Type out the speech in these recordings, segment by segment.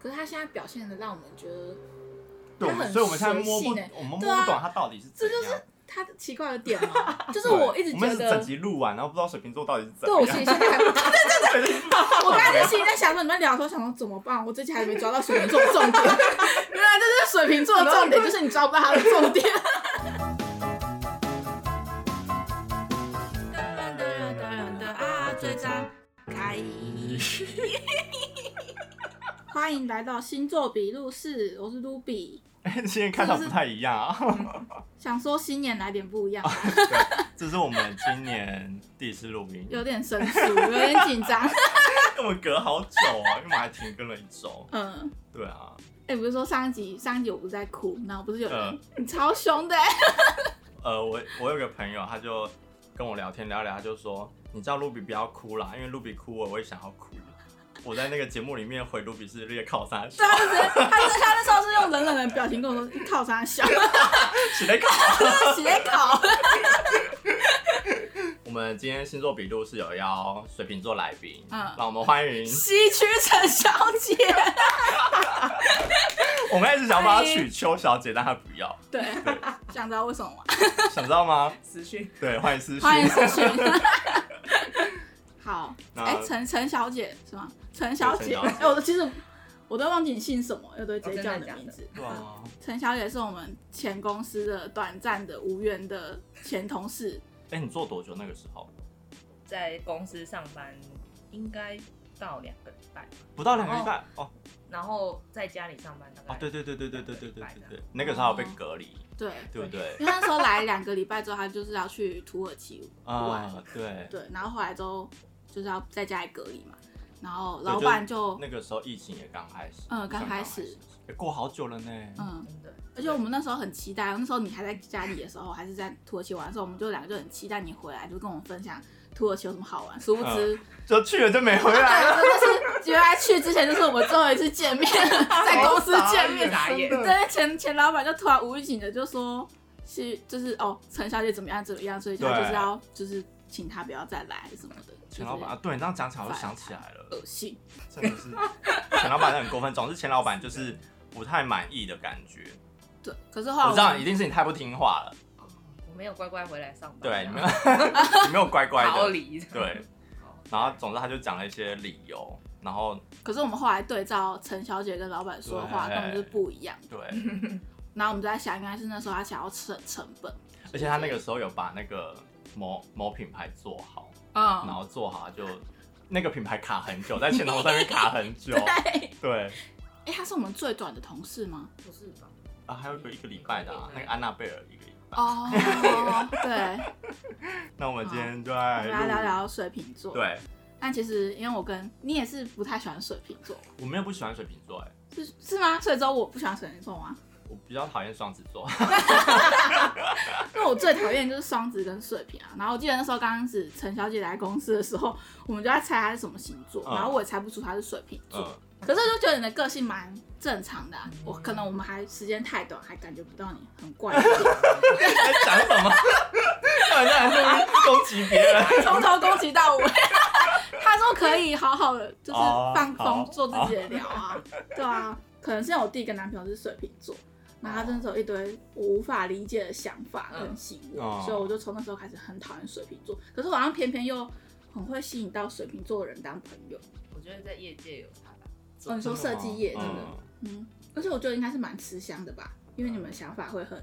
可是他现在表现的让我们觉得对，我他们很所以我们现在摸不，随性欸我们摸不对啊懂他到底是这怎样。就是他的奇怪的点嘛。就是对我一直我觉们是整得，集录完，然后不知道水瓶座到底是怎对样。我心里现在还不，对 对对，我刚才在心里在想说，你们聊的时候想说怎么办？我最近还没抓到水瓶座的重点，原来这就是水瓶座的重点，就是你抓不到他的重点。开。欢迎来到星座笔录室，我是 Ruby。哎，今天开场不太一样 啊。 想说新年来点不一样，对，这是我们今年第一次录音， 有点生 疏，有点紧 张。我们隔好久啊，因为我们还停更了一周。嗯，对啊，哎、不是说上一集上一集我不是在哭，然后不是有人、嗯你超凶 的、欸，呃，我我有个朋友，他就跟我聊天聊一聊，他就说，你叫露比不要哭啦，因为露比哭我我也想要哭。我在那个节目里面回露比是略靠山，他就直接他就啊他那时候是用冷冷的表情跟我说：“你靠啥 笑？是在靠。 谁在考我们今天星座笔录是有邀水瓶座来宾，嗯让我们 欢迎。西区陈小姐？” 我们一直想把她取邱小姐，但她不要， 对，想知道为什么吗？想知道 吗？私讯，对，欢迎思绪。欢迎私讯。 好，那哎、陈陈小姐是吗？陈小对姐，陈小哎、姐哦我其实我都忘记你姓什么，我都会直接叫你的名字。对啊，陈小姐是我们前公司的短暂的无缘的前同事，哎、你做多久那个时候？在公司上班应该到两个礼拜，不到两个礼拜哦然后在家里上班大概哦，对对对对对对对对两对个礼拜对，那个时候有被隔离，对。对不对？因为那时候来两个礼拜之后，她就是要去土耳其玩，啊，对，对，然后后来之后就是要在家里隔离嘛，然后对老板就那个时候疫情也刚开始，嗯刚开始始，哎过好久了呢。嗯，真的而且我们那时候很期待，那时候你还在家里的时候，还是在土耳其玩的时候，我们就两个就很期待你回来，就跟我们分享土耳其有什么好玩。殊不嗯知，就去了就没回来了，对，真的是原来去之前就是我们最后一次见面， 在公哦司见面。傻眼真 的对，前前老板就突然无预警的就说，是就是哦，陈小姐怎么样怎么样，所以他对就是要就是请她不要再来什么的，钱老板啊，对，你这样讲起来我就想起来了， 恶心。真的是钱老板很过分。总之，钱老板就是不太满意的感觉。对，可是后来我知道，们一定是你太不听话了，哦我没有乖乖回来上班，啊对，你没然有后你没有乖乖 逃的，离，对。然后，总之他就讲了一些理由，然后可是我们后来对照陈小姐跟老板说的话，对根本就是不一样。 对，然后我们就在想，应该是那时候他想要省成本，而且他那个时候有把那个某某品牌做好，然 嗯，后做好就那个品牌卡很久，在前头上面卡很久， 对。对哎、他是我们最短的同事吗？不是吧？啊，还有一个一个礼拜的、啊、那个安娜贝尔一个礼拜。 哦，对，那我们今天就我来们来聊录聊水瓶座。，对，但其实因为我跟你也是不太喜欢水瓶座，我没有不喜欢水瓶座、哎，是是吗？所以只有我不喜欢水瓶座吗？我比较讨厌双子 座，因为我最讨厌就是双子跟水瓶啊。然后我记得那时候刚开始陈小姐来公司的时候，我们就在猜她是什么星座，嗯然后我也猜不出她是水瓶座。嗯，可是我就觉得你的个性蛮正常的啊、我可能我们还时间太短，还感觉不到你很怪，在讲 什么？到底在那边攻击别人？从头攻击到尾。 他说可以好好的，就是哦放好松做自己的聊啊，对啊，可能是因为我第一个男朋友是水瓶座，然后他真的有一堆我无法理解的想法跟行为，嗯哦所以我就从那时候开始很讨厌水瓶座。可是我好像偏偏又很会吸引到水瓶座的人当朋友。我觉得在业界有差吧，哦， 你说设计业真的，嗯，嗯，而且我觉得应该是蛮吃香的吧，因为你们的想法会很，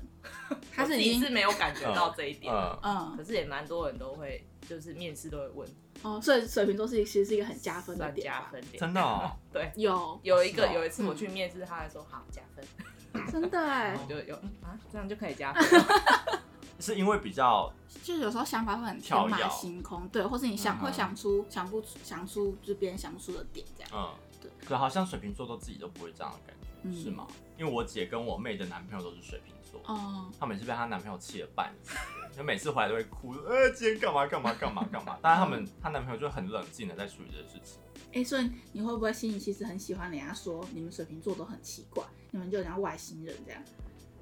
他嗯我自是已己经是没有感觉到这一点，嗯，嗯 可是也蛮多人都会，就是面试都会问，哦，所以水瓶座是一其实是一个很加分的算点加吧。分点，真的哦，对。有有一个是哦有一次我去面试他的时候，好加分，真的哎、我就有嗯啊，这样就可以 加分了，是因为比较就有时候想法会很跳天跃马行空，对，或是你想、嗯会想出想不出想出就是别人想不出的点这样，嗯，对可好像水瓶座都自己都不会这样的感觉，嗯是吗？因为我姐跟我妹的男朋友都是水瓶座，哦、她每次被她男朋友气得半死，就每次回来都会哭，呃，今天干嘛干嘛干嘛干嘛。但是他们她男朋友就很冷静的在处理这个事情，哎、所以你会不会心里其实很喜欢人家说你们水瓶座都很奇怪，你们就像外星人这样，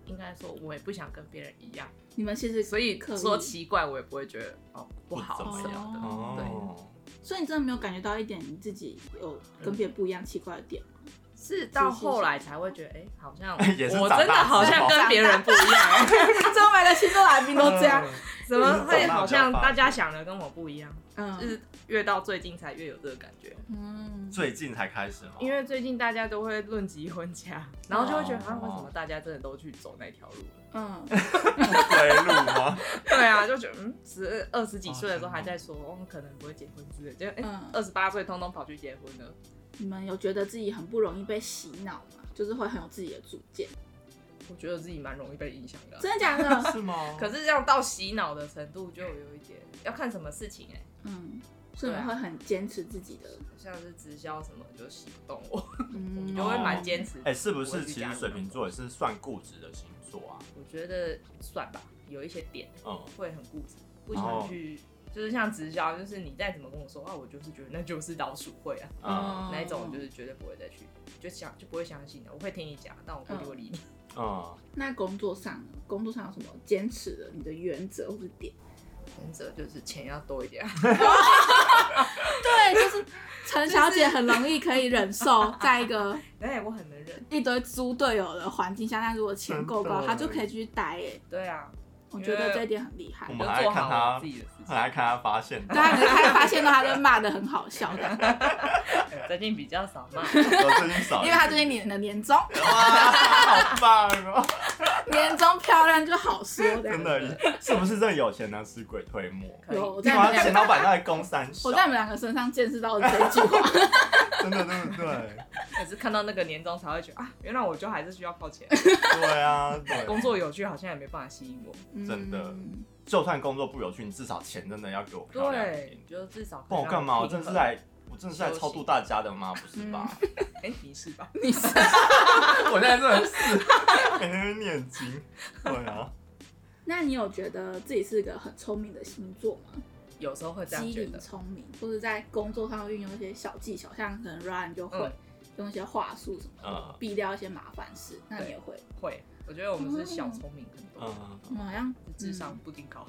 应该说我也不想跟别人一样，你们其实所以刻意说奇怪我也不会觉得哦不好怎么什样的。么哦嗯对，所以你真的没有感觉到一点你自己有跟别人不一样奇怪的点吗，的，是到后来才会觉得，哎、好像 也是我长真的大好之像后跟别人不一样、哎 周围的星座来宾都哦这啊样，怎么会好像嗯长大之后大家想的跟我不一样？就嗯是越到最近才越有这个感觉，嗯，最近才开始吗？因为最近大家都会论及婚嫁，然后就会觉得，哦啊，为什么大家真的都去走那条路了？ 嗯，回路吗？对啊，就觉得嗯，十二十几岁的时候还在说，哦，可能不会结婚之类，就嗯二十八岁通通跑去结婚了。你们有觉得自己很不容易被洗脑吗？就是会很有自己的主见，我觉得自己蛮容易被影响的啊、真的假 的？哦是吗？可是要到洗脑的程度，就有一点要看什么事情哎、嗯，所以啊你们会很坚持自己的，像是直销什么就洗不动我，嗯，我就会蛮坚持。哎、是不是其实水瓶座也是算固执的星座啊？我觉得算吧，有一些点嗯，会很固执，不哦想去，就是像直销，就是你再怎么跟我说话，我就是觉得那就是老鼠会啊，嗯哦那一种我就是绝对不会再去，就想就不会相信的。我会听你讲，但我不会理你。嗯，那工作上呢，工作上有什么坚持的？你的原则或是点？原则就是钱要多一点啊， 对，就是陈小姐很容易可以忍受，在一个哎，我很能忍。一堆猪队友的环境下，但如果钱够高，真的她就可以继续待、欸。对啊，我觉得这一点很厉害我。我们就还做看他好我自己的事后来情。看他发现，对啊，你才发现到她在骂的很好笑的，哎最近比较少骂，我最近少，因为她最近领了年终， 哇， 好棒哦！年终漂亮就好说的。真的，是不是真的有钱能使鬼推磨？可以有，我在你哇，们钱两老个，板在攻三小，我在你们两个身上见识到了这一句话。真的对不对？也是看到那个年终才会觉得啊，原来我就还是需要靠钱，对啊，对，工作有趣好像也没办法吸引我。真的嗯就算工作不有趣，你至少钱真的要给我漂亮一对啊点，。就是至少可不哦以然我干嘛？让我我真的平是衡。来，我真的是来超度大家的吗？不是吧？哎，你是吧？ 你是嗯 我现在真的是每天念经，对啊，那你有觉得自己是个很聪明的星座吗？有时候会这样机觉灵得，聪明，或者在工作上运用一些小技巧，像可能 Ryan 就会嗯用一些话术什么的嗯，避掉一些麻烦事。那你对也会？会。我觉得我们是小聪明很多，嗯，我好像智商嗯不一定高，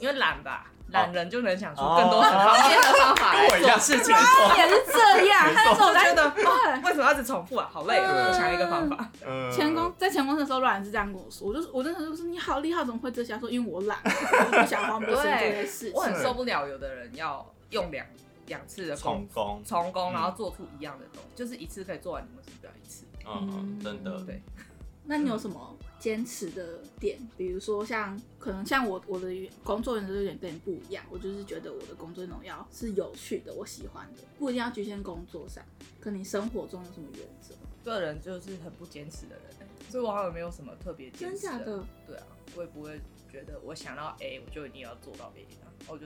因为懒吧，啊懒人就能想出更多很方便的方法哦跟来我一样做事事情情。，嗯也是这 样，没他那错时候 我觉在得对为什么要一直重复啊？好累哦，嗯想一个方法。 嗯前公在前公司的时候，软是这样跟我说，我就我那时候就说你好厉害，怎么会这些？他说因为我懒，我就不想花我做这些事 我情。很受不了有的人要用两两次的成工功，重工，嗯然后做出一样的东西，就是一次可以做完，你为什么不要一次？嗯，真的，对，那你有什么坚持的点？比如说像可能像我我的工作原则就有点跟你不一样，我就是觉得我的工作内容要是有趣的，我喜欢的，不一定要局限工作上。可你生活中有什么原则？个人就是很不坚持的人，所以我好像没有什么特别坚真持假的。的？对啊，我也不会觉得我想到 A 我就一定要做到 B 啊，我就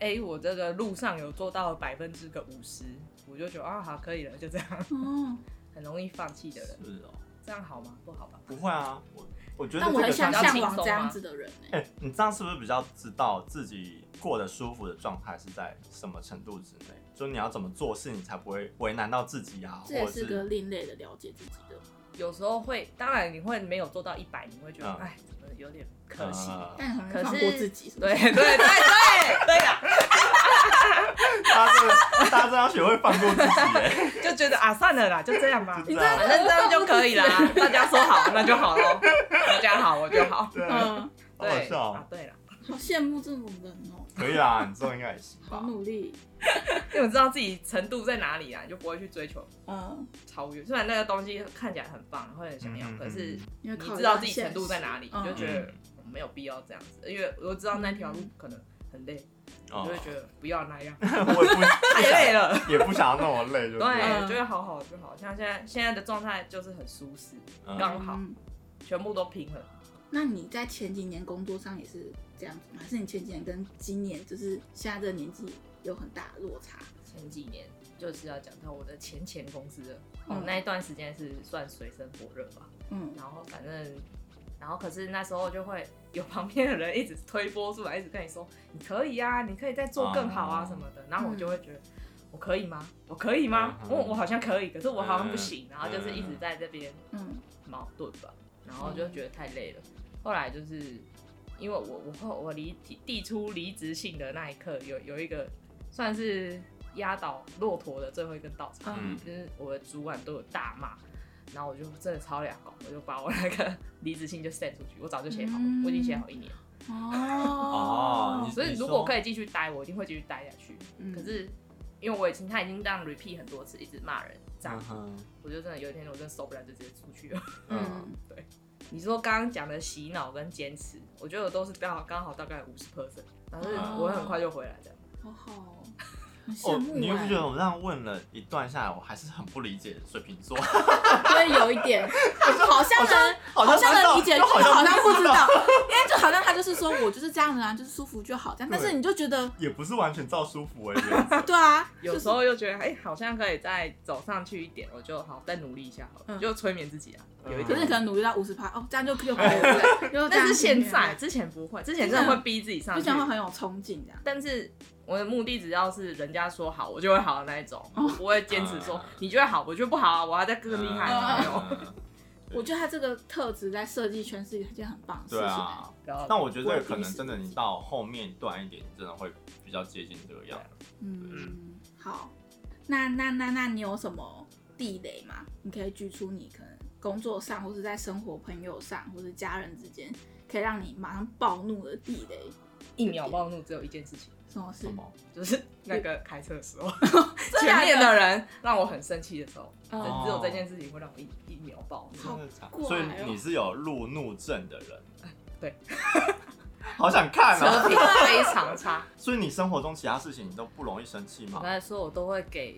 A 我这个路上有做到百分之个五十，我就觉得啊好可以了，就这样， 哦，很容易放弃的人，是哦，这样好吗？不好吧？不会啊，我我觉得但我这很个想算是向往这样子的人欸呢、哎、 你这样是不是比较知道自己过得舒服的状态是在什么程度之内？就你要怎么做事，你才不会为难到自己哦啊，这或也者是个另类的了解自己的，有时候会，当然你会没有做到一百，你会觉得嗯哎、怎么有点可惜。呃但很可能是放过自己，是不对是？对对对对呀、大家真的，大家真的要学会放过自己、 哎，就觉得啊算了啦，就这样吧， 就这样反正这样就可以啦。大家说好，那就好喽。大家好，我就好。对，好嗯，好对笑啊哦，，对了，好羡慕这种人哦，可以啦，你这种应该也行好吧？努力，因为我知道自己程度在哪里啊，你就不会去追求嗯，超越。虽然那个东西看起来很棒，会很想要，嗯可是因为你考知虑道到自己现程度实在哪里，嗯嗯你就觉得没有必要这样子。因为我知道那条路可能很累，我就会觉得不要那 样，嗯哦我也不太累了。也不想要那么累，就对，嗯就会好好就好。像现在现在的状态就是很舒适，嗯刚好嗯全部都平衡。那你在前几年工作上也是这样子吗？还是你前几年跟今年就是现在这个年纪有很大的落差？前几年就是要讲到我的前前公司了，嗯哦，那一段时间是算水深火热吧。嗯，然后反正，然后可是那时候就会有旁边的人一直推波出来，一直跟你说你可以啊，你可以再做更好啊哦什么的。然后我就会觉得。我可以吗？我可以吗？嗯我我好像可以，可是我好像不行。嗯然后就是一直在这边嗯矛盾吧，然后就觉得太累了。后来就是因为我我后我离提递出离职信的那一刻，有有一个算是压倒骆驼的最后一根稻草，嗯嗯，就是我的主管对我大骂，然后我就真的超两搞，我就把我那个离职信就 send 出去，我早就写好了，嗯我已经写好一年了，哦哦你所以如果说可以继续待，我一定会继续待下去。嗯可是因为我已经他已经这样 repeat 很多次，一直骂人这样嗯，哼，我就真的有一天我真的受不了，就直接出去了。嗯，嗯，你说刚刚讲的洗脑跟坚持，我觉得我都是刚好刚好大概五十 percent，但是我很快就回来的。好好哦，很羡哦，慕你又不觉得哎，我这样问了一段下来，我还是很不理解水瓶座，因为有一 点，好像能。好好像像知道能理解，又好像不知知道，道，因为就好像他就是说我就是这样的啊，就是舒服就好这样，但是对你就觉得也不是完全照舒服而已。对啊，有时候又觉得，哎、好像可以再走上去一点，我就好再努力一下好了，嗯就催眠自己啊。有一可点是你可能努力到五十趴哦，这样就又回 来了，又这样但是现子啊在之前不会，之前真的会逼自己上就去想。会很有冲劲这样。但是我的目的只要是人家说好，我就会好的那一种，哦我不会坚持说嗯你觉得好，我觉得不好啊，我要再更厉害啊。没有嗯我觉得他这个特质在设计圈是一件很棒的事 对情。啊，然后但我觉得这个可能真的，你到后面段一点，你真的会比较接近这个样子。嗯，好，那那那那你有什么地雷吗？你可以举出你可能工作上，或是在生活、朋友上，或是家人之间，可以让你马上暴怒的地雷，一秒暴怒只有一件事情，什么事啊什？么？就是那个开车的时候， 真的假的前面的人让我很生气的时候，哦只有这件事情会让我一一秒暴 怒。好真的假的怪哦所以你是有路怒症的人。对， 好想看车 啊！品非常 差。所以你生活中其他事情你都不容易生气我吗刚？才说，我都会给，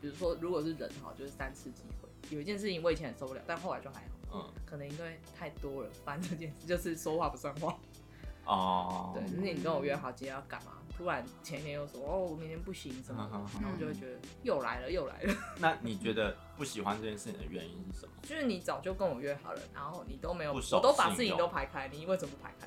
比如说，如果是人哈，就是三次机会。有一件事情我以前很受不了，但后来就还好。嗯，可能因为太多人烦这件事，就是说话不算话。哦，对，就是你跟我约好今天要干嘛，突然前一天又说哦，我明天不行什么嗯的，然后我就会觉得又来了又来了。 那你觉得不喜欢这件事情的原因是什么？就是你早就跟我约好了，然后你都没有，不守我都把信事情用都排开，你为什么不排开？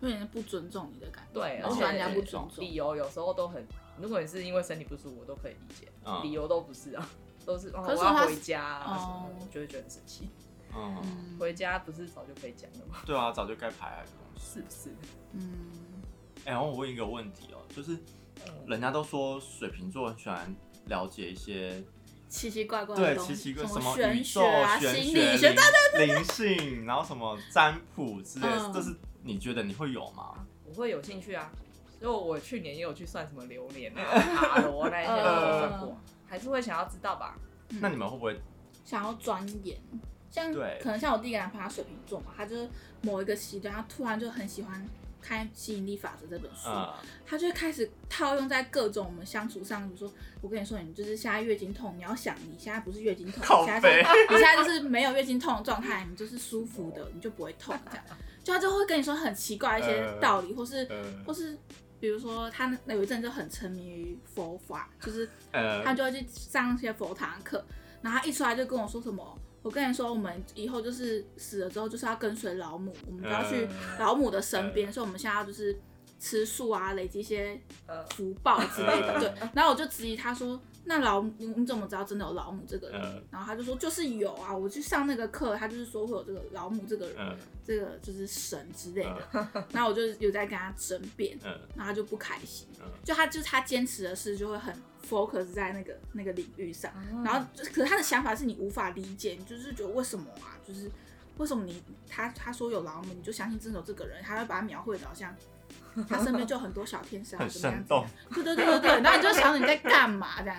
有点不尊重你的感觉。对，我而喜且欢人家不尊理重。由有时候都很，如果你是因为身体不舒服，我都可以理解，嗯理由都不是啊，都是哦，可是我要他回家啊什么哦的，我就会觉得很生气。嗯，嗯回家不是早就可以讲了吗？ 对啊，早就该排啊这种事。是不是？嗯，哎、我问一个问题哦，就是嗯，人家都说水瓶座很喜欢了解一些奇奇怪怪的对东西奇奇怪呃什么玄宇学宙、啊、玄心学理学，灵灵性，然后什么占卜之类的，嗯这是你觉得你会有吗？我会有兴趣啊，因为我去年也有去算什么流年啊、塔罗那一些，我都算过，还是会想要知道吧。那你们会不会想要钻研。像对可能像我第一个男朋友他水瓶座嘛，他就是某一个时段，他突然就很喜欢看《吸引力法则》这本书，呃他就会开始套用在各种我们相处上。比如说，我跟你说，你就是现在月经痛，你要想你现在不是月经痛， 靠你现在背就你现在就是没有月经痛的状态，你就是舒服的，你就不会痛这样。就他就会跟你说很奇怪的一些道理，或是或呃是比如说他那有一阵就很沉迷于佛法，就是他呃，就会去上一些佛堂课，然后他一出来就跟我说什么，我跟你说，我们以后就是死了之后就是要跟随老母，我们就要去老母的身边，所以我们现在要就是吃素啊，累积一些呃，福报之类的。嗯对，然后我就质疑他说，那老母你你怎么知道真的有老母这个人？嗯然后他就说就是有啊，我去上那个课，他就是说会有这个老母这个人，呃这个就是神之类的。然后我就有在跟他争辩，呃然后他就不开心。嗯就他就是他坚持的事就会很 focus 在那个那个领域上，然然后就是可是他的想法是你无法理解，你就是觉得为什么啊？就是为什么你他他说有老母，你就相信真的有这个人，他会把他描绘的好 像。他身边就有很多小天使啊，很怎么样生子动啊？，对对对对对，然后你就想你在干嘛这样？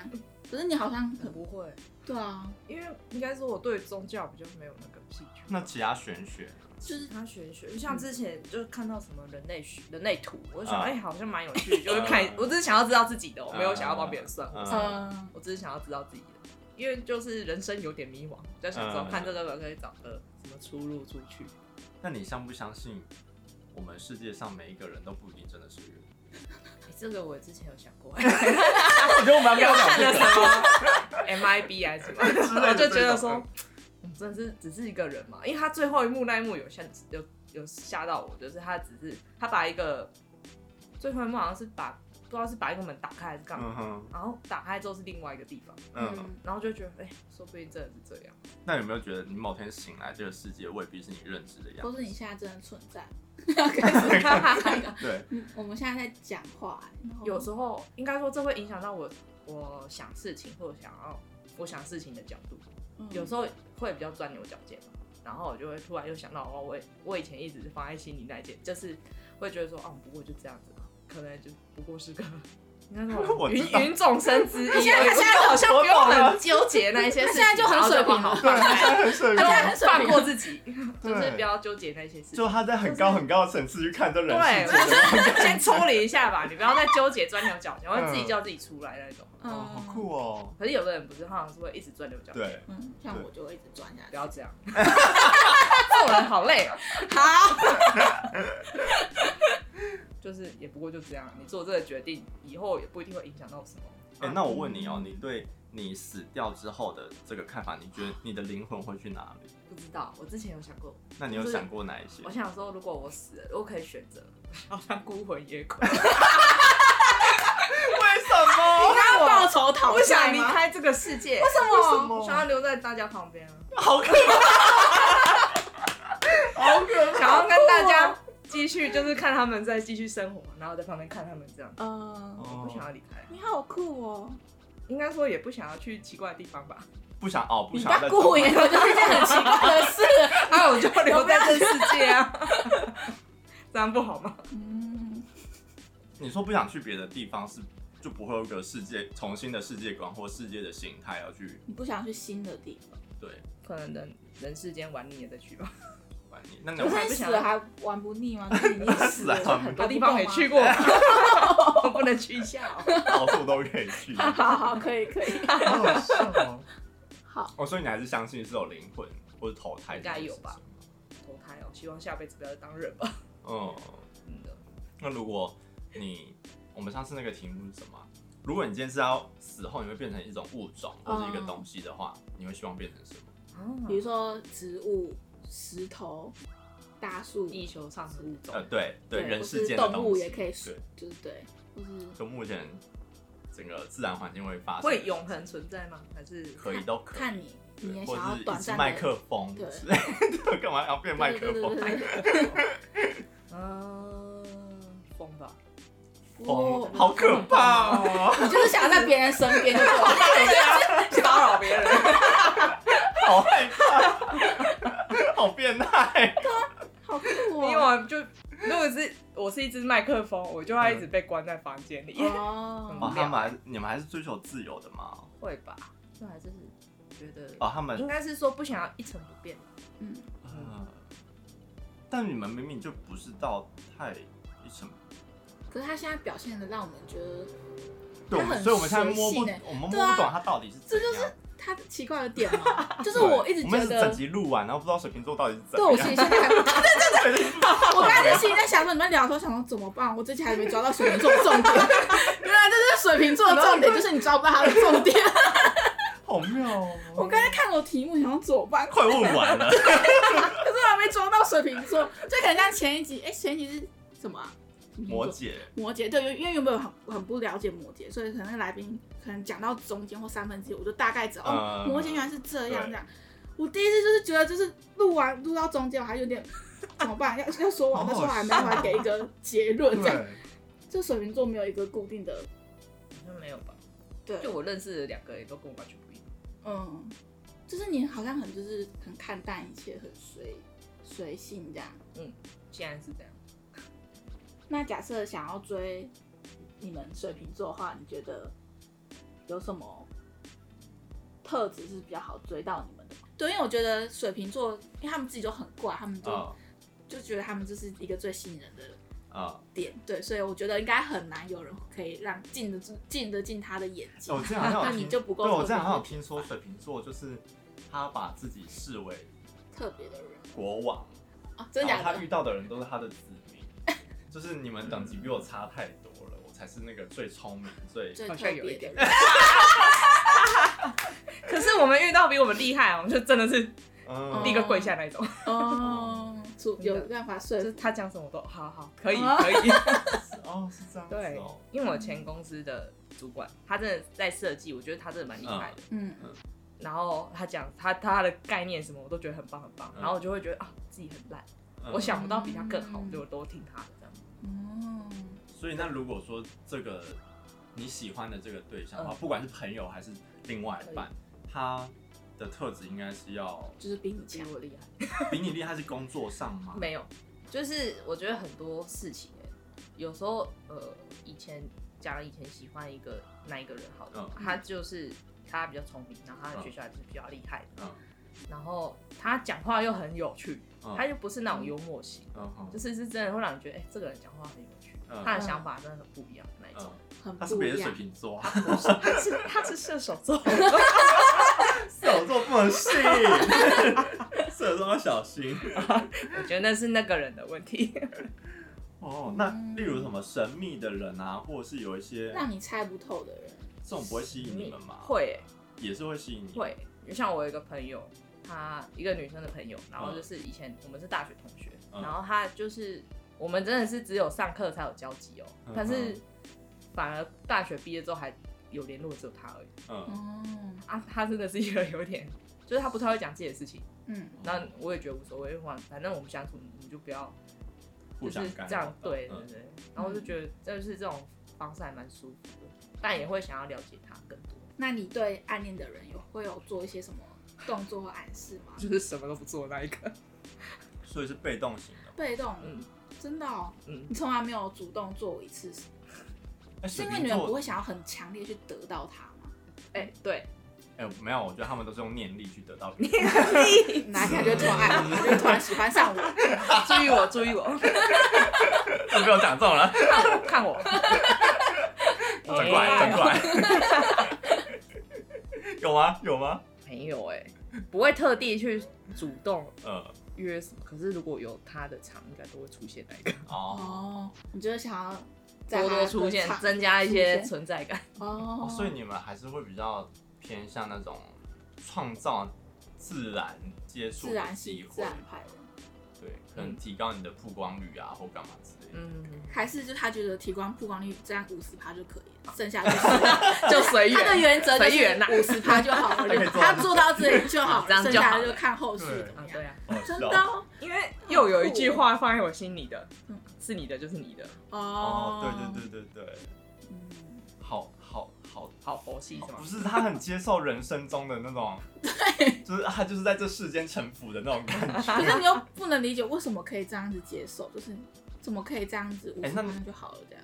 可是你好像我嗯很不会，对啊，因为应该说我对宗教比较没有那个兴趣。那其他玄学，就是他玄学，像之前就看到什么人类学、人类图，我就想，啊哎、好像蛮有趣的， 就是看啊，我只是想要知道自己的，我没有想要帮别人算，啊我啊是嗯，我只是想要知道自己的，因为就是人生有点迷惘，我在想说啊看这个可以找个什么出路出去。那你相不相信我们世界上每一个人都不一定真的 是人？哎这个我之前有想 过我觉得我们要不要看讲了什这么 MIB 还是什么，然后就觉得说嗯，嗯真的是只是一个人嘛，因为他最后一幕那一幕有吓有有吓到我，就是他只是他把一个最后一幕好像是把不知道是把一个门打开还是干嗯嘛，哼，然后打开之后是另外一个地方，嗯，然后就觉得哎、说不定真的是这样。 那有没有觉得你某天醒来，这个世界未必是你认知的样或子？是你现在真的存在，要开始看这个对，嗯我们现在在讲话，然后哦有时候应该说这会影响到我我我想事情或者想要我想事情的角度，嗯有时候会比较钻牛角尖嘛。然后我就会突然又想到，哦，我我以前一直是放在心里那一件，就是会觉得说，哦，不过就这样子嘛，可能就不过 是个。那我种知云道云众生之一，我现在他现在就好像不用我懂了很纠结那一些事他情，现在就很水平好了对，他现在很水他现在平，很水放平过自己，就是对不要纠结那些事情就。他在很高很高的层次去看这人对，世间。 先抽离一下吧，你不要再纠结钻牛角尖，会自己叫自己出来那种。嗯哦，好酷哦！可是有的人不是，他好像是会一直钻牛角尖，对，嗯，像我就会一直转下不去。要这样， 做人好累啊。好，就是也不过就这样，你做这个决定以后也不一定会影响到什么。哎、那我问你哦，你对你死掉之后的这个看法，你觉得你的灵魂会去哪里？不知道，我之前有想过，那你有想过哪一些我？想说，如果我死了，我可以选 择，好像孤魂野鬼，为什么？他要报仇我讨不想债离吗？开这个世界。为什么我想要留在大家旁边啊。好可怕！好可想要跟大家继续，就是看他们再继续生活，然后在旁边看他们这样，嗯，我不想哦，要离开，你好酷哦！应该说也不想要去奇怪的地方吧。不想哦，不你想爸再顾眼，我就是一件很奇怪的事。啊，我就留在这世界啊， 这样不好吗？嗯， 你说不想去别的地方是就不会有一个世界重新的世界观或世界的形态要去你不想去新的地方，对可能人人世间玩腻了再去吧，管你。那你可有 是还你不死想了还玩不腻吗？就是你已经死了， 死了还很玩不腻啊多好地方没也去。 过，我不能去一下哦。到处都可以 去，好好好，可以 可以。好笑哦。好，哦，所以你还是相信是有灵魂或者投胎？应该有吧？投胎哦，希望下辈子不要再当人吧。嗯，真的，那如果你我们上次那个题目是什么啊？如果你今天是要死后你会变成一种物种或者一个嗯东西的话，你会希望变成什么？啊比如说植物、石头、大树，地球上的物种呃，，对对，人或世是间的动东物西也可以，对，就是对，就是就目前整个自然环境会发生，会永恒存在吗？还是可以都可以，看你，你也或想者要是一短支暂麦的。克风对之类的， 干嘛要变麦克对对风？对对嗯风吧？对哦哇，好可怕哦，你就是想在别人身 边就对了 打扰别 人。好害怕，好变态。好酷因为哦！我就如果是我是一只麦克风，我就要一直被关在房间里，哦，哦，他们还是你们还是追求自由的嘛？会吧？这还是觉得哦，他们应该是说不想要一成不变，嗯，呃，但你们明明就不是到太一成，可是他现在表现的让我们觉得对，我们很所以我们现在随摸不，性欸我们摸不对啊懂他到底是这怎就样。他奇怪的点嘛， 就是对我一直我觉们得，整集录完，然后不知道水瓶座到底是怎对样。我心里现在还， 对对对 我刚才心里在想说，你们聊的时候想说怎么办？我这期还没抓到水瓶座的重点， 原来这是水瓶座的重点，就是你抓不到他的重点。 好妙哦！我刚才看我题目，想说怎么办，快问完了，可是我还没抓到水瓶座，就可能像前一集，哎、前一集是什么、啊？什么星座摩羯，摩羯对，因为因为原本我很我很不了解摩羯，所以可能来宾可能讲到中间或三分之一，我就大概知道、哦，嗯摩羯原来是这样对这样。我第一次就是觉得，就是录完录到中间，我还有点怎么办？要要说完，好好但是我还没办法给一个结论。这样，对，这水瓶座没有一个固定的，好像没有吧？对，就我认识的两个也都跟我完全不一样，嗯，就是你好像很就是很看淡一切，很随随性这样。竟然是这样。那假设想要追你们水瓶座的话，你觉得有什么特质是比较好追到你们的吗？对，因为我觉得水瓶座，因为他们自己就很怪，他们就、啊就觉得他们就是一个最吸引人的啊！点，对，所以我觉得应该很难有人可以让进得进进得进他的眼睛。我之前好像有那听你就不够对我特之前好像有别听说水瓶座就是他把自己视为特别的人国王，啊，真的然后假他的遇？到的人都是他的子 民，就是你们等级比我差太多了，我才是那个最聪明、最最好特像有别一的点人， 可是我们遇到比我们厉害，我们就真的是嗯立刻跪下那一 种，哦，出有办法说就服是他讲什么都好好可以啊可 以。哦，是这样子对哦，，因为我前公司的主管，他真的在设计，我觉得他真的蛮厉害的。嗯，然后他讲他他的概念什么，我都觉得很棒很棒，嗯然后我就会觉得啊自己很烂，嗯我想不到比他更好，嗯我就都听他的这样。哦，所以那如果说这个你喜欢的这个对象嗯啊，不管是朋友还是另外一半，他的特质应该是 要就是比你比强。我厉害。比你厉害，是工作上吗？没有，就是我觉得很多事情、欸，有时候呃，以前讲以前喜欢一个那一个人好了，嗯他就是他比较聪明，然后他的嗯学校就是比较厉害的，嗯然后他讲话又很有趣，嗯他就不是那种幽默型，嗯哼就是是真的会让你觉得，哎、这个人讲话很有趣，嗯他的想法真的很不一样的那一种。嗯，很他是不别一的水样。瓶座啊，他不是，他 是他是射手座， 射手座不能信，射手座要小心。我觉得那是那个人的问题。 哦，那例如什么神秘的人啊，或者是有一些让你猜不透的人，这种不会吸引你们吗？，会欸也是会吸引你。，会，就像我有一个朋友，她一个女生的朋友，然后就是以前我们是大学同学，嗯然后她就是我们真的是只有上课才有交集哦、嗯哼但是反而大学毕业之后还有联络只有她而已嗯，哦，啊，她真的是一个有点，就是她不太会讲自己的事情，嗯，那我也觉得无所谓，反反正我们相处你就不要互就是相干这样扰，对对嗯对，然后我就觉得就是这种方式还蛮舒服的，但也会想要了解她更多，那你对暗恋的人有会有做一些什么动作或暗示吗？就是什么都不做那一个，所以是被动型的。被动，嗯真的哦，嗯。你从来没有主动做过一次，是哎，是水因为你瓶们不座，会想要很强烈去得到他吗？哎、对，哎，没有，我觉得他们都是用念力去得到 别人。哪一天他就会突然爱我，他就会突然喜欢上我，注意我，注意我，不要讲中了，看我， 看我，转过来，转过来。 有吗？有吗？没有哎、不会特地去主动呃，约什么。可是如果有他的场，应该都会出现那一个，哦，哦，你就会想要在多他多的出现，场增加一些出现存在感。哦哦，所以你们还是会比较偏向那种创造自然接自触的然机系会自，然派的。对，可能提高你的曝光率啊，或干嘛之类的。嗯，还是就他觉得提光曝光率这样五十趴就可以了，剩下就是就随他的缘。原则就随缘呐是五十趴就好了，可以就做他做到这里就好了，这样剩就好下了的就看后续对怎啊么，样。对啊，好真笑的哦因为又有一句话放在我心里的嗯，是你的就是你的，哦，对对，对对对对，嗯好好好，好佛系是哦吗不？是他很接受人生中的那种，就是他就是在这世间沉浮的那种感觉。 可是你又不能理解为什么可以这样子接受，就是怎么可以这样子五哎十那趴就好了这样？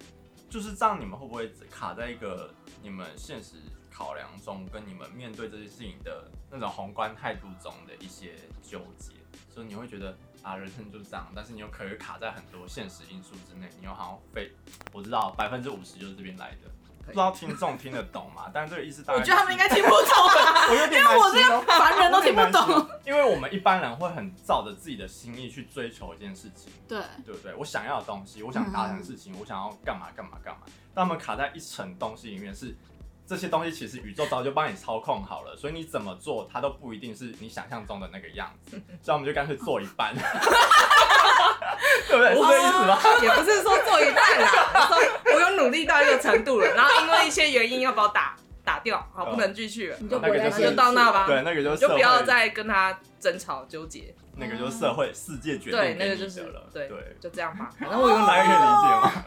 就是这样，你们会不会卡在一个你们现实考量中，跟你们面对这些事情的那种宏观态度中的一些纠结？所以你会觉得啊，人生就这样，但是你又可以卡在很多现实因素之内，你又好像非我知道百分之五十就是这边来的，不知道听众听得懂吗？但是这个意思大概我觉就是、得他们应该听不懂 吧，我有点哦因为我难形容凡人都听不我很难懂。说，因为我们一般人会很照着自己的心意去追求一件事情，对，对不对？我想要的东西，我想达成的事情，嗯我想要干嘛干嘛干嘛。但他们卡在一层东西里面是，这些东西其实宇宙早就帮你操控好了，所以你怎么做，它都不一定是你想象中的那个样子。所以我们就干脆做一 半，对不对？是这意思吧？也哦不是 说做一半啦，我说我有努力到一个程度了，然后因为一些原因要把我打打掉，好嗯不能继续了，你就那个回来就是哦那就到那吧。 对，那个就你是社就会不要再跟他争吵纠结。那个就是社会世界决定对，那给个你就是的了，对对，。就这样 吧。反那正我我有用来可以理解吗？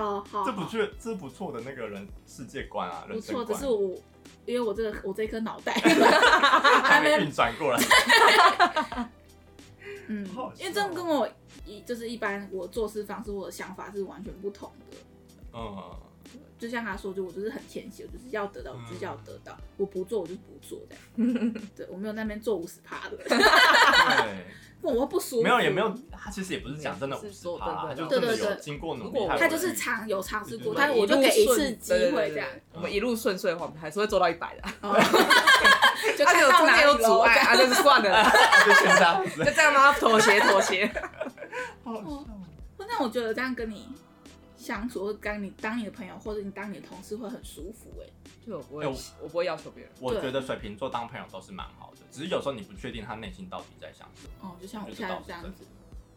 哦好好，这不嗯好错，这不错的那个人世界观啊，不人生错，观，只是我因为我这个我这颗脑袋还还没没运转 过来。嗯好好，因为笑这哦跟我一就是一般我做事方式我的想法是完全不同的。嗯，就像他说，就我就是很天蝎，我就是要得到，我就是嗯要得到，我不做我就是不做这样。 对我没有那边做五十趴的，对， 我会不舒服。没有也没有，他其实也不是讲真的是五十说趴，他对就真对的对对有对经过努如力果，还他有就是毅力尝有尝试过，对但是我就给一次机对对会对这样，我们一路顺遂的话，我们还是会做到一百的。 啊哦就他看有到中哪间里有阻咯碍，啊，就是算 了啦，就欠这样就子。这样吗？妥协，妥协。哦那我觉得这样跟你相处，或者跟你当你的朋友，或者你当你的同事会很舒服哎、就我不哎会我，我不会要求别人。我觉得水瓶座当朋友都是蛮好的，只是有时候你不确定他内心到底在想什么。哦，就像我我觉现 在得倒是这样真子，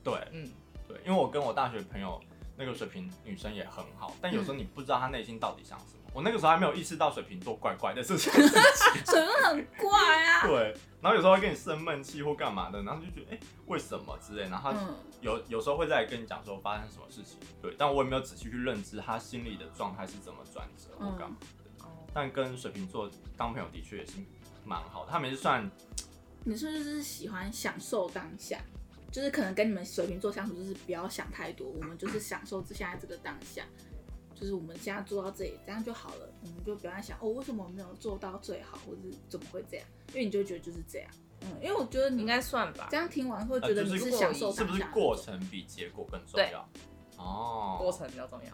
对嗯，对，因为我跟我大学朋友那个水瓶女生也很好，但有嗯时候你不知道她内心到底想什么。我那个时候还没有意识到水瓶座怪怪的事情，水分很怪 啊。对，然后有时候会跟你生闷气或干嘛的，然后就觉得哎、为什么之类，然后她嗯，有有时候会再来跟你讲说发生什么事情，对，但我也没有仔细去认知她心里的状态是怎么转折或干嗯嘛的。哦但跟水瓶座当朋友的确也是蛮好的，他们也是算你是不是喜欢享受当下？就是可能跟你们水瓶座相处，就是不要想太多，我们就是享受现在这个当下，就是我们现在做到这里，这样就好了。我们就不要再想哦，为什么我没有做到最好，或是怎么会这样？因为你就觉得就是这样。嗯，因为我觉得你应该算吧这。样听完会呃觉得就你是享受是当下的、不是过程比结果更重要？哦，过程比较重要，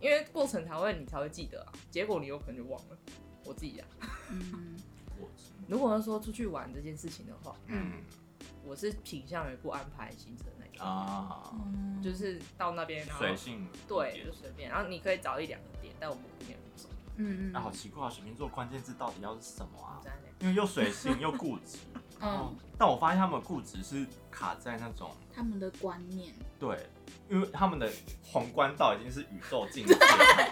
因为过程才会你才会记得啊，结果你有可能就忘了。我自己啊，嗯，过程如果说出去玩这件事情的话，嗯我是倾向于不安排行程那种，啊，嗯就是到那边然后随性一对点就随便，然后你可以找一两个点，但我们不点走，嗯嗯，那、好奇怪啊，水瓶座关键字到底要是什么啊这？样因为又随性又固执。嗯，但我发现他们固执是卡在那种他们的观念，对，因为他们的宏观到已经是宇宙境界了，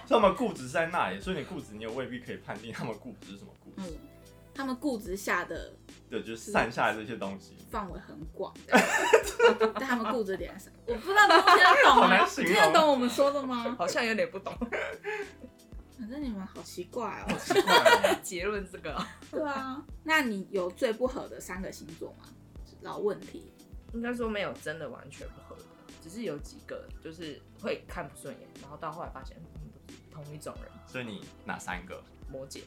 所以他们固执是在那里，所以你固执你也未必可以判定他们固执是什么固执。嗯，他们固执下的对，就是散下来这些东西，范围很广，这样但他们固执点上，我不知道你们听得懂好吗难？形你容听得懂我们说的吗？好像有点不懂反正你们好奇怪好哦。奇怪哦结论这个啊，对啊，那你有最不合的三个星座吗？老问题，应该说没有真的完全不合的，只是有几个就是会看不顺眼，然后到后来发现嗯不是同一种人，所以你哪三个？摩羯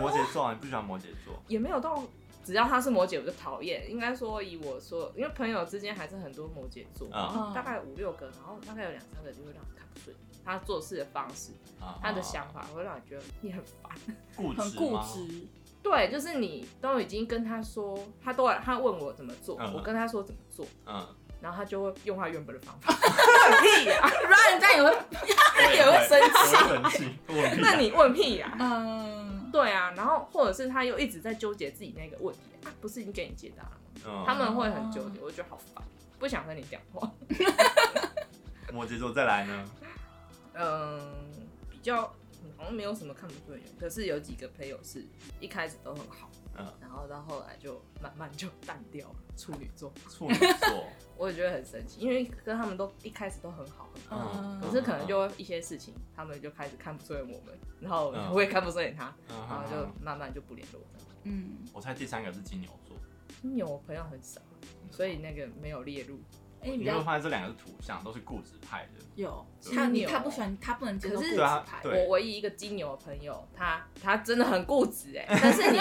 摩羯座啊，你不喜欢摩羯座？也没有到。只要他是摩羯，我就讨厌。应该说，以我说，因为朋友之间还是很多摩羯座，啊嗯大概五六个，然后大概有两三个就会让你看不顺眼，他做事的方式，啊他的想法会让你觉得你很烦。固执很固吗执，对，就是你都已经跟他说，他都他问我怎么做，嗯我跟他说怎么做，嗯， 然后他就会用他原本的方 法。屁呀、不然你这样也会，他也会生气，我会生气。那你 问屁呀、嗯，对啊，然后或者是他又一直在纠结自己那个问题啊，不是已经给你解答了吗？嗯他们会很纠结，我就觉得好烦，不想跟你讲话。摩羯座再来呢？嗯，比较嗯好像没有什么看不顺眼，可是有几个朋友是一开始都很好，嗯然后到后来就慢慢就淡掉了。处女座，处女 座，我也觉得很神奇，因为跟他们都一开始都很好，很好嗯可是可哦能就会一些事情，他们就开始看不顺眼我们，然后我也看不顺眼他，嗯，然后嗯就嗯慢慢就不联络了。嗯，我猜第三个是金牛座，嗯金牛我朋友很少，所以那个没有列入。哎，你你比会较发现这两个是土象，都是固执派的。有对他，你金牛他不喜欢，他不能接受固可是执对啊派，对我唯一一个金牛的朋友，他他真的很固执 哎，但是你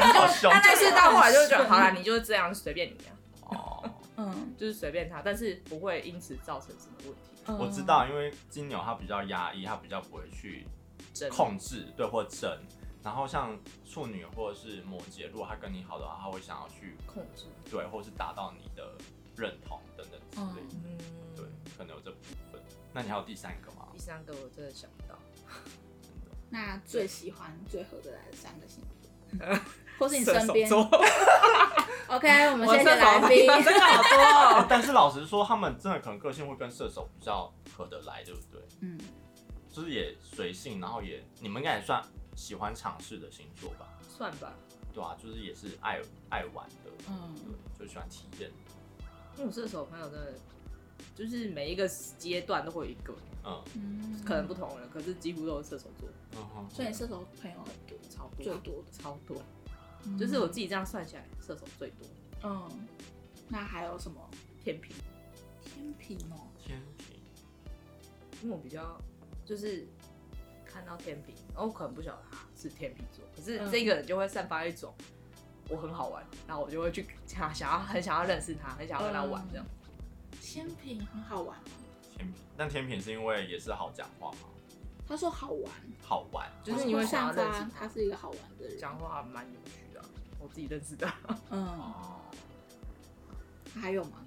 他 好凶就是到后来就 觉得好了，你就是这样随便你啊，哦！嗯，就是随便他，但是不会因此造成什么问题。嗯 我知，道，因为金牛他比较压抑，他比较不会去真的控制，对或争。然后像处女或者是摩羯，如果他跟你好的话，他会想要去控制，对，或是达到你的认同等等之类的。嗯，对，可能有这部分。那你还有第三个吗第？三个我真的想不 到，那最喜欢最合得来的三个星座， 或是你射身手边座， OK，我们我谢谢射手来宾座。 真的好多哦哦。 但是老实说，他们真的可能个性会跟射手比较合得来，对不对？嗯，就是也随性，然后也你们应该也算喜欢尝试的星座吧？算吧，对啊，就是也是爱爱玩的，对嗯，，就喜欢体验。因为我射手朋友真的就是每一个阶段都会有一个，嗯嗯可能不，同人，可是几乎都是射手座，嗯哼，所以射手朋友很多，超最多多的，超多，就是我自己这样算起来，射手最多，嗯，那还有什么天平，天平哦？天平，因为我比较就是看到天平，然后我可能不晓得他是天平座，可是嗯这个人就会散发一种我很好玩，然后我就会去想想要很想要认识他，很想要跟他玩这样。天平很好玩哦吗？天平，但天平是因为也是好讲话嘛，他说好玩，好玩，就是你会我想要散认识发他他是一个好玩的人。讲话蛮有趣的啊，我自己认识的嗯，哦，还有吗？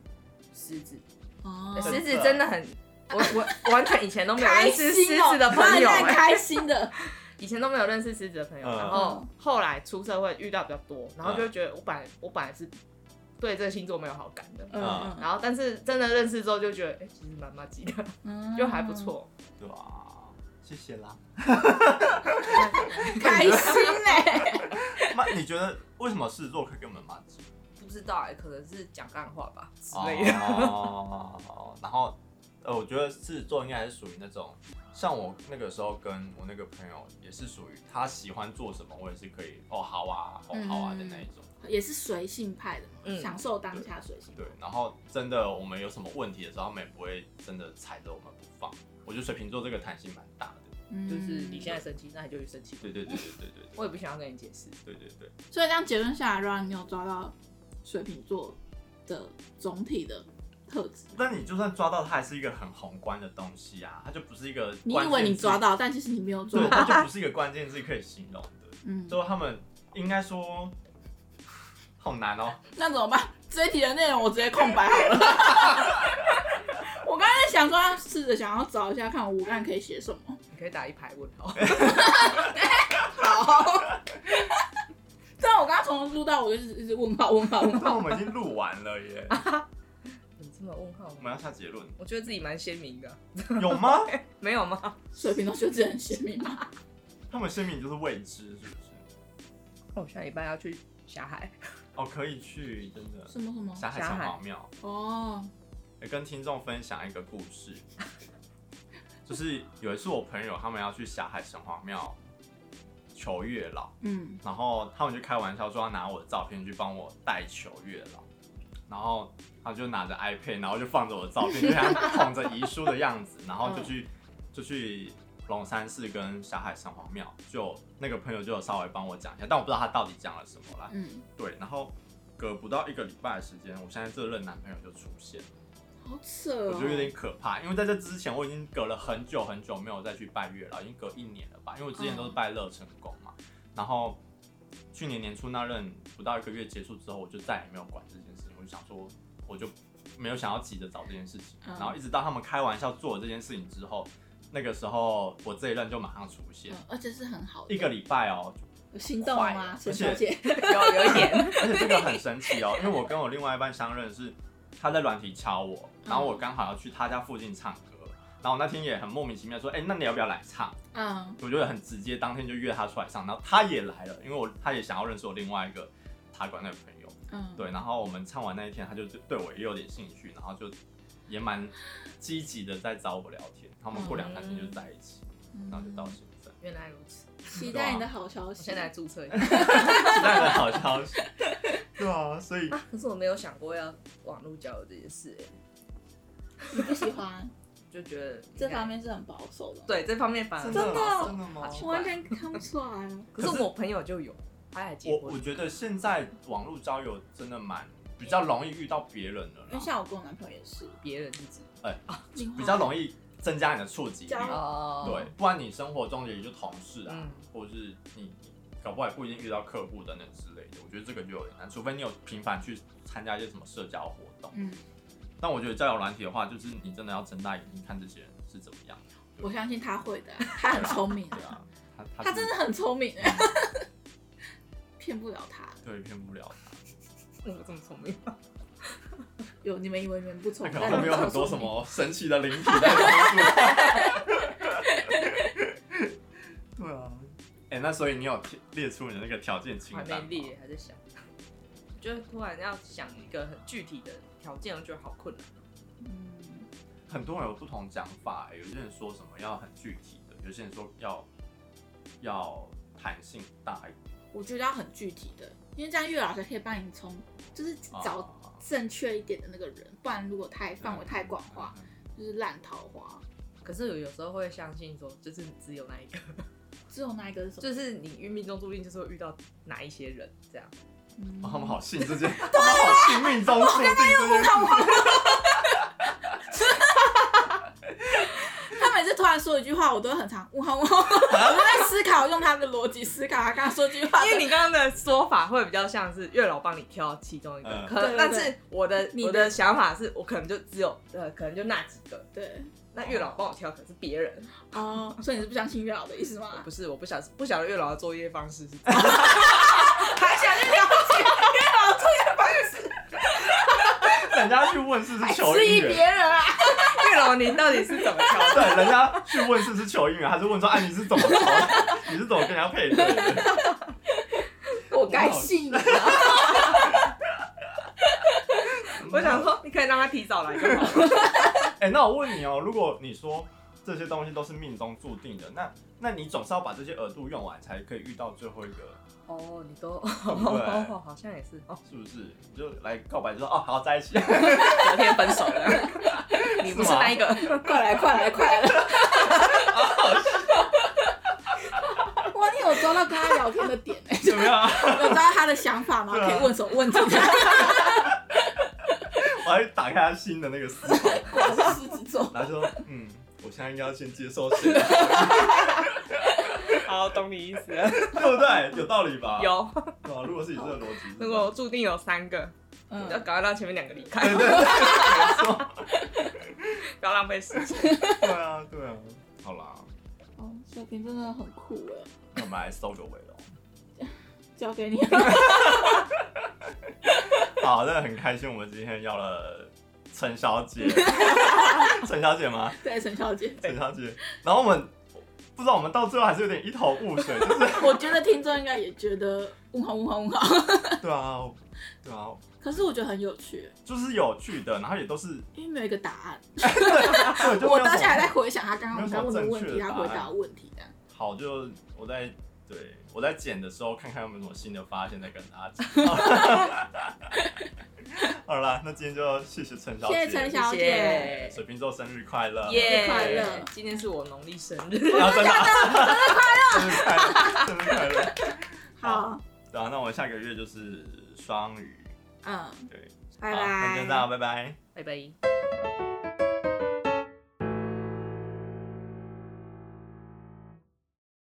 狮子，哦欸真的 狮子真的很，我我完全以前都哎没有认识狮哦子的朋 友、那欸开心的，以前都没有认识狮子的朋友，嗯然后后来出社会遇到比较多，然后就会觉得我本来我本来是对这个星座没有好感的。 嗯啊嗯然后，但是真的认识之后就觉得，哎、其实蛮麻吉的，嗯，就还不错。对啊，谢谢 啦。嗯，开心欸嘞。那你觉得为什么狮子座可以跟我们妈鸡不知道哎、可能是讲干话吧之类的。哦，然后呃，我觉得狮子座应该还是属于那种，像我那个时候跟我那个朋友也是属于他喜欢做什么，我也是可以哦好啊，哦好啊的那一种。 也是随性派的嘛，嗯享受当下随性。对，然后真的我们有什么问题的时候，他们也不会真的踩着我们不放。我觉得水瓶座这个弹性蛮大的。嗯就是你现在生气，那你就去生气。对对对对对对我也不想要跟你解释。对对对对，所以这样结论下来，让你有抓到水瓶座的总体的特质。但你就算抓到，它还是一个很宏观的东西啊，它就不是一个你以关键为你字抓，到，但其实你没有抓对，到。它就不是一个关键字可以形容的。嗯，就他们应该说，好难哦。那怎么办？这一题的内容我直接空白好 了。我刚才想说，试着想要找一下看我文案可以写什么。你可以打一排问 号。但我刚刚从头录到我就一直一直问号问号问但号我。们已经录完了耶，你这么问号我吗？们要下结论，我觉得自己蛮鲜明的，有吗？没有吗？水瓶座就自己很鲜明嘛，他们声明就是未知，是不是？哦我下礼拜要去霞海，哦，可以去，真的。什么什么霞海霞城海隍庙，哦，也跟听众分享一个故事，就是有一次我朋友他们要去霞海城隍庙求月老，嗯然后他们就开玩笑说要拿我的照片去帮我代求月老，然后他就拿着 iPad，然后就放着我的照片，就像捧着遗书的样子，然后就去就去龙山寺跟霞海城隍庙，就那个朋友就有稍微帮我讲一下，但我不知道他到底讲了什么啦。嗯，对，然后隔不到一个礼拜的时间，我现在这任男朋友就出现了，好扯我哦。觉得有点可怕，因为在这之前我已经隔了很久很久没有再去拜月老，已经隔一年了吧，因为我之前嗯都是拜乐成宫嘛，然后去年年初那任不到一个月结束之后，我就再也没有管这件事情，我就想说我就没有想要急着找这件事情，嗯然后一直到他们开玩笑做了这件事情之后，那个时候我这一任就马上出现嗯，，而且是很好的一个礼拜哦，有心动了吗，快陈小姐？ 有有一点，而且这个很神奇哦，因为我跟我另外一半相认是他在软体敲我，然后我刚好要去他家附近唱歌，然后我那天也很莫名其妙说，哎、那你要不要来唱？嗯我就很直接，当天就约他出来唱，然后他也来了，因为我他也想要认识我另外一个茶馆那个朋友，嗯，对，然后我们唱完那一天，他就对我也有点兴趣，然后就也蛮积极的在找我聊天，他们过两三天就在一起，嗯，然后就到现在， 原来如此。期待你的好消我息。现在来注册一下。期待的好消息， 对啊，所以啊，可是我没有想过要网络交友这件事、欸，你不喜欢就觉得应这该方面是很保守的，对这方面反而真真的的哦真的吗？我完全看不出来啊。可是我朋友就有，他还结我婚，我觉得现在网络交友真的蛮比较容易遇到别人的因为啦，像我跟我男朋友也是，别人是指比较容易易增加你的触及率。交哦对，，不然你生活中也就同事啊，嗯或者是你搞不好也不一定遇到客户等等之类的。我觉得这个就有点难，除非你有频繁去参加一些什么社交活动。嗯。但我觉得交友软体的话，就是你真的要睁大眼睛看这些人是怎么样。我相信他会的啊，他很聪明对的， 啊，他 他嗯他真的很聪明哎， 骗不了他。对骗不了他，我这么聪明，有你们以为你们不聪他明，可但能你们后面有很多超什聪明。么神奇的灵体在帮助。 对啊。哎、那所以你有贴列出你的那个条件清还单没吗？列，还在想，就是突然要想一个很具体的条件，我觉得好困难。嗯很多人有不同讲法、有些人说什么要很具体的，有些人说要要弹性大一点。我觉得要很具体的，因为这样月老才可以帮你从，就是找啊嗯正确一点的那个人，不然如果太范围太广的话，，就是烂桃花。可是我有时候会相信说，就是只有那一个，只有那一个是什么？就是你运命中注定就是会遇到哪一些人这样。嗯哦他们好信 这件，他们好信命中注啊定这件事。他每次突然说一句话，我都很常问号 问号，我都在思考用他的逻辑思考啊他刚刚说这句话的。 因为你刚刚的说法会比较像是月老帮你挑其中一个，嗯可对对对但是我的你的我的想法是我可能就只有呃，可能就那几个。对那月老帮我挑，可是别人，哦，所以你是不相信月老的意思我吗？不是，我不想 不晓得月老的作业方式是怎样。还想去了解月老这个方人家去问是不是球质疑员别，人啊， 玉龙，你到底是怎么挑 对，的？人家去问是不是球员，还是问说，哎、你是怎么投，你是怎么跟人家配对的？我该 信你啊。我想说，你可以让他提早来就好了。哎、那我问你哦，如果你说这些东西都是命中注定的，那那你总是要把这些额度用完，才可以遇到最后一 个， 哦，你都，对好像也是。哦，是不是？你就来告白，就说哦，好在一起， 隔天分手了， 你不是那一个。快来快来快来！ 哇，你有抓到跟他聊天的点哎、 怎么样？有抓到他的想法吗？对啊可以问什么问题？ 我还打开他新的那个思考，果然是狮子座，然后就说，嗯，我现在应该要先接受 谁， 好，懂你意思了。对不对？有道理吧？ 有，对啊，如果是以这个逻辑，如果注定有三个，要嗯，赶快让前面两个离开 对，对对，没错。不要浪费时间。对啊，对啊。好啦，哦，小平真的很酷哎、那我们来收个尾喽。交 给你。好，真的很开心，我们今天要了陈小 姐，陈小姐吗？对，陈小姐，陈小姐。然后我们不知道，我们到最后还是有点一头雾水， 就是我觉得听众应该也觉得问好问好问好，对啊，对啊， 可是我觉得很有趣，就是有趣的，然后也都是因为没有一个答案。对，就没啊我有当什下还么在回想他刚刚我刚问的问没有题，什么正确的他回答案答的问题啊这样。好，就我在对我在剪的时候看看有没有什么新的发现，再跟大家讲。 好啦，那今天就谢谢陈小谢姐，谢陈小谢姐，谢水瓶座生日快乐，耶！快乐今天是我农历生日，然后真的 生日快乐，生日快乐，生日快乐。好，然啊后那我们下个月就是双鱼，嗯，对，拜好那拜就这。样，拜拜。拜拜。